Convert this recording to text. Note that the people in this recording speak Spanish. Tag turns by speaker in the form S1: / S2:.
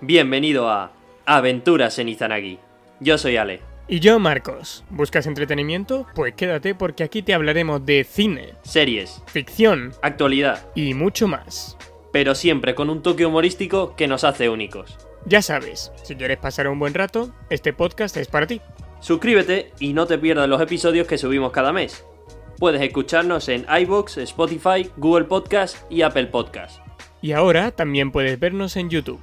S1: Bienvenido a Aventuras en Izanagi. Yo soy Ale.
S2: Y yo, Marcos. ¿Buscas entretenimiento? Pues quédate porque aquí te hablaremos de cine,
S1: Series,
S2: ficción
S1: actualidad,
S2: y mucho más.
S1: pero siempre con un toque humorístico que nos hace únicos.
S2: Ya sabes, si quieres pasar un buen rato, este podcast es para ti.
S1: Suscríbete y no te pierdas los episodios que subimos cada mes. Puedes escucharnos en iBox, Spotify, Google Podcast y Apple Podcast.
S2: Y ahora también puedes vernos en YouTube.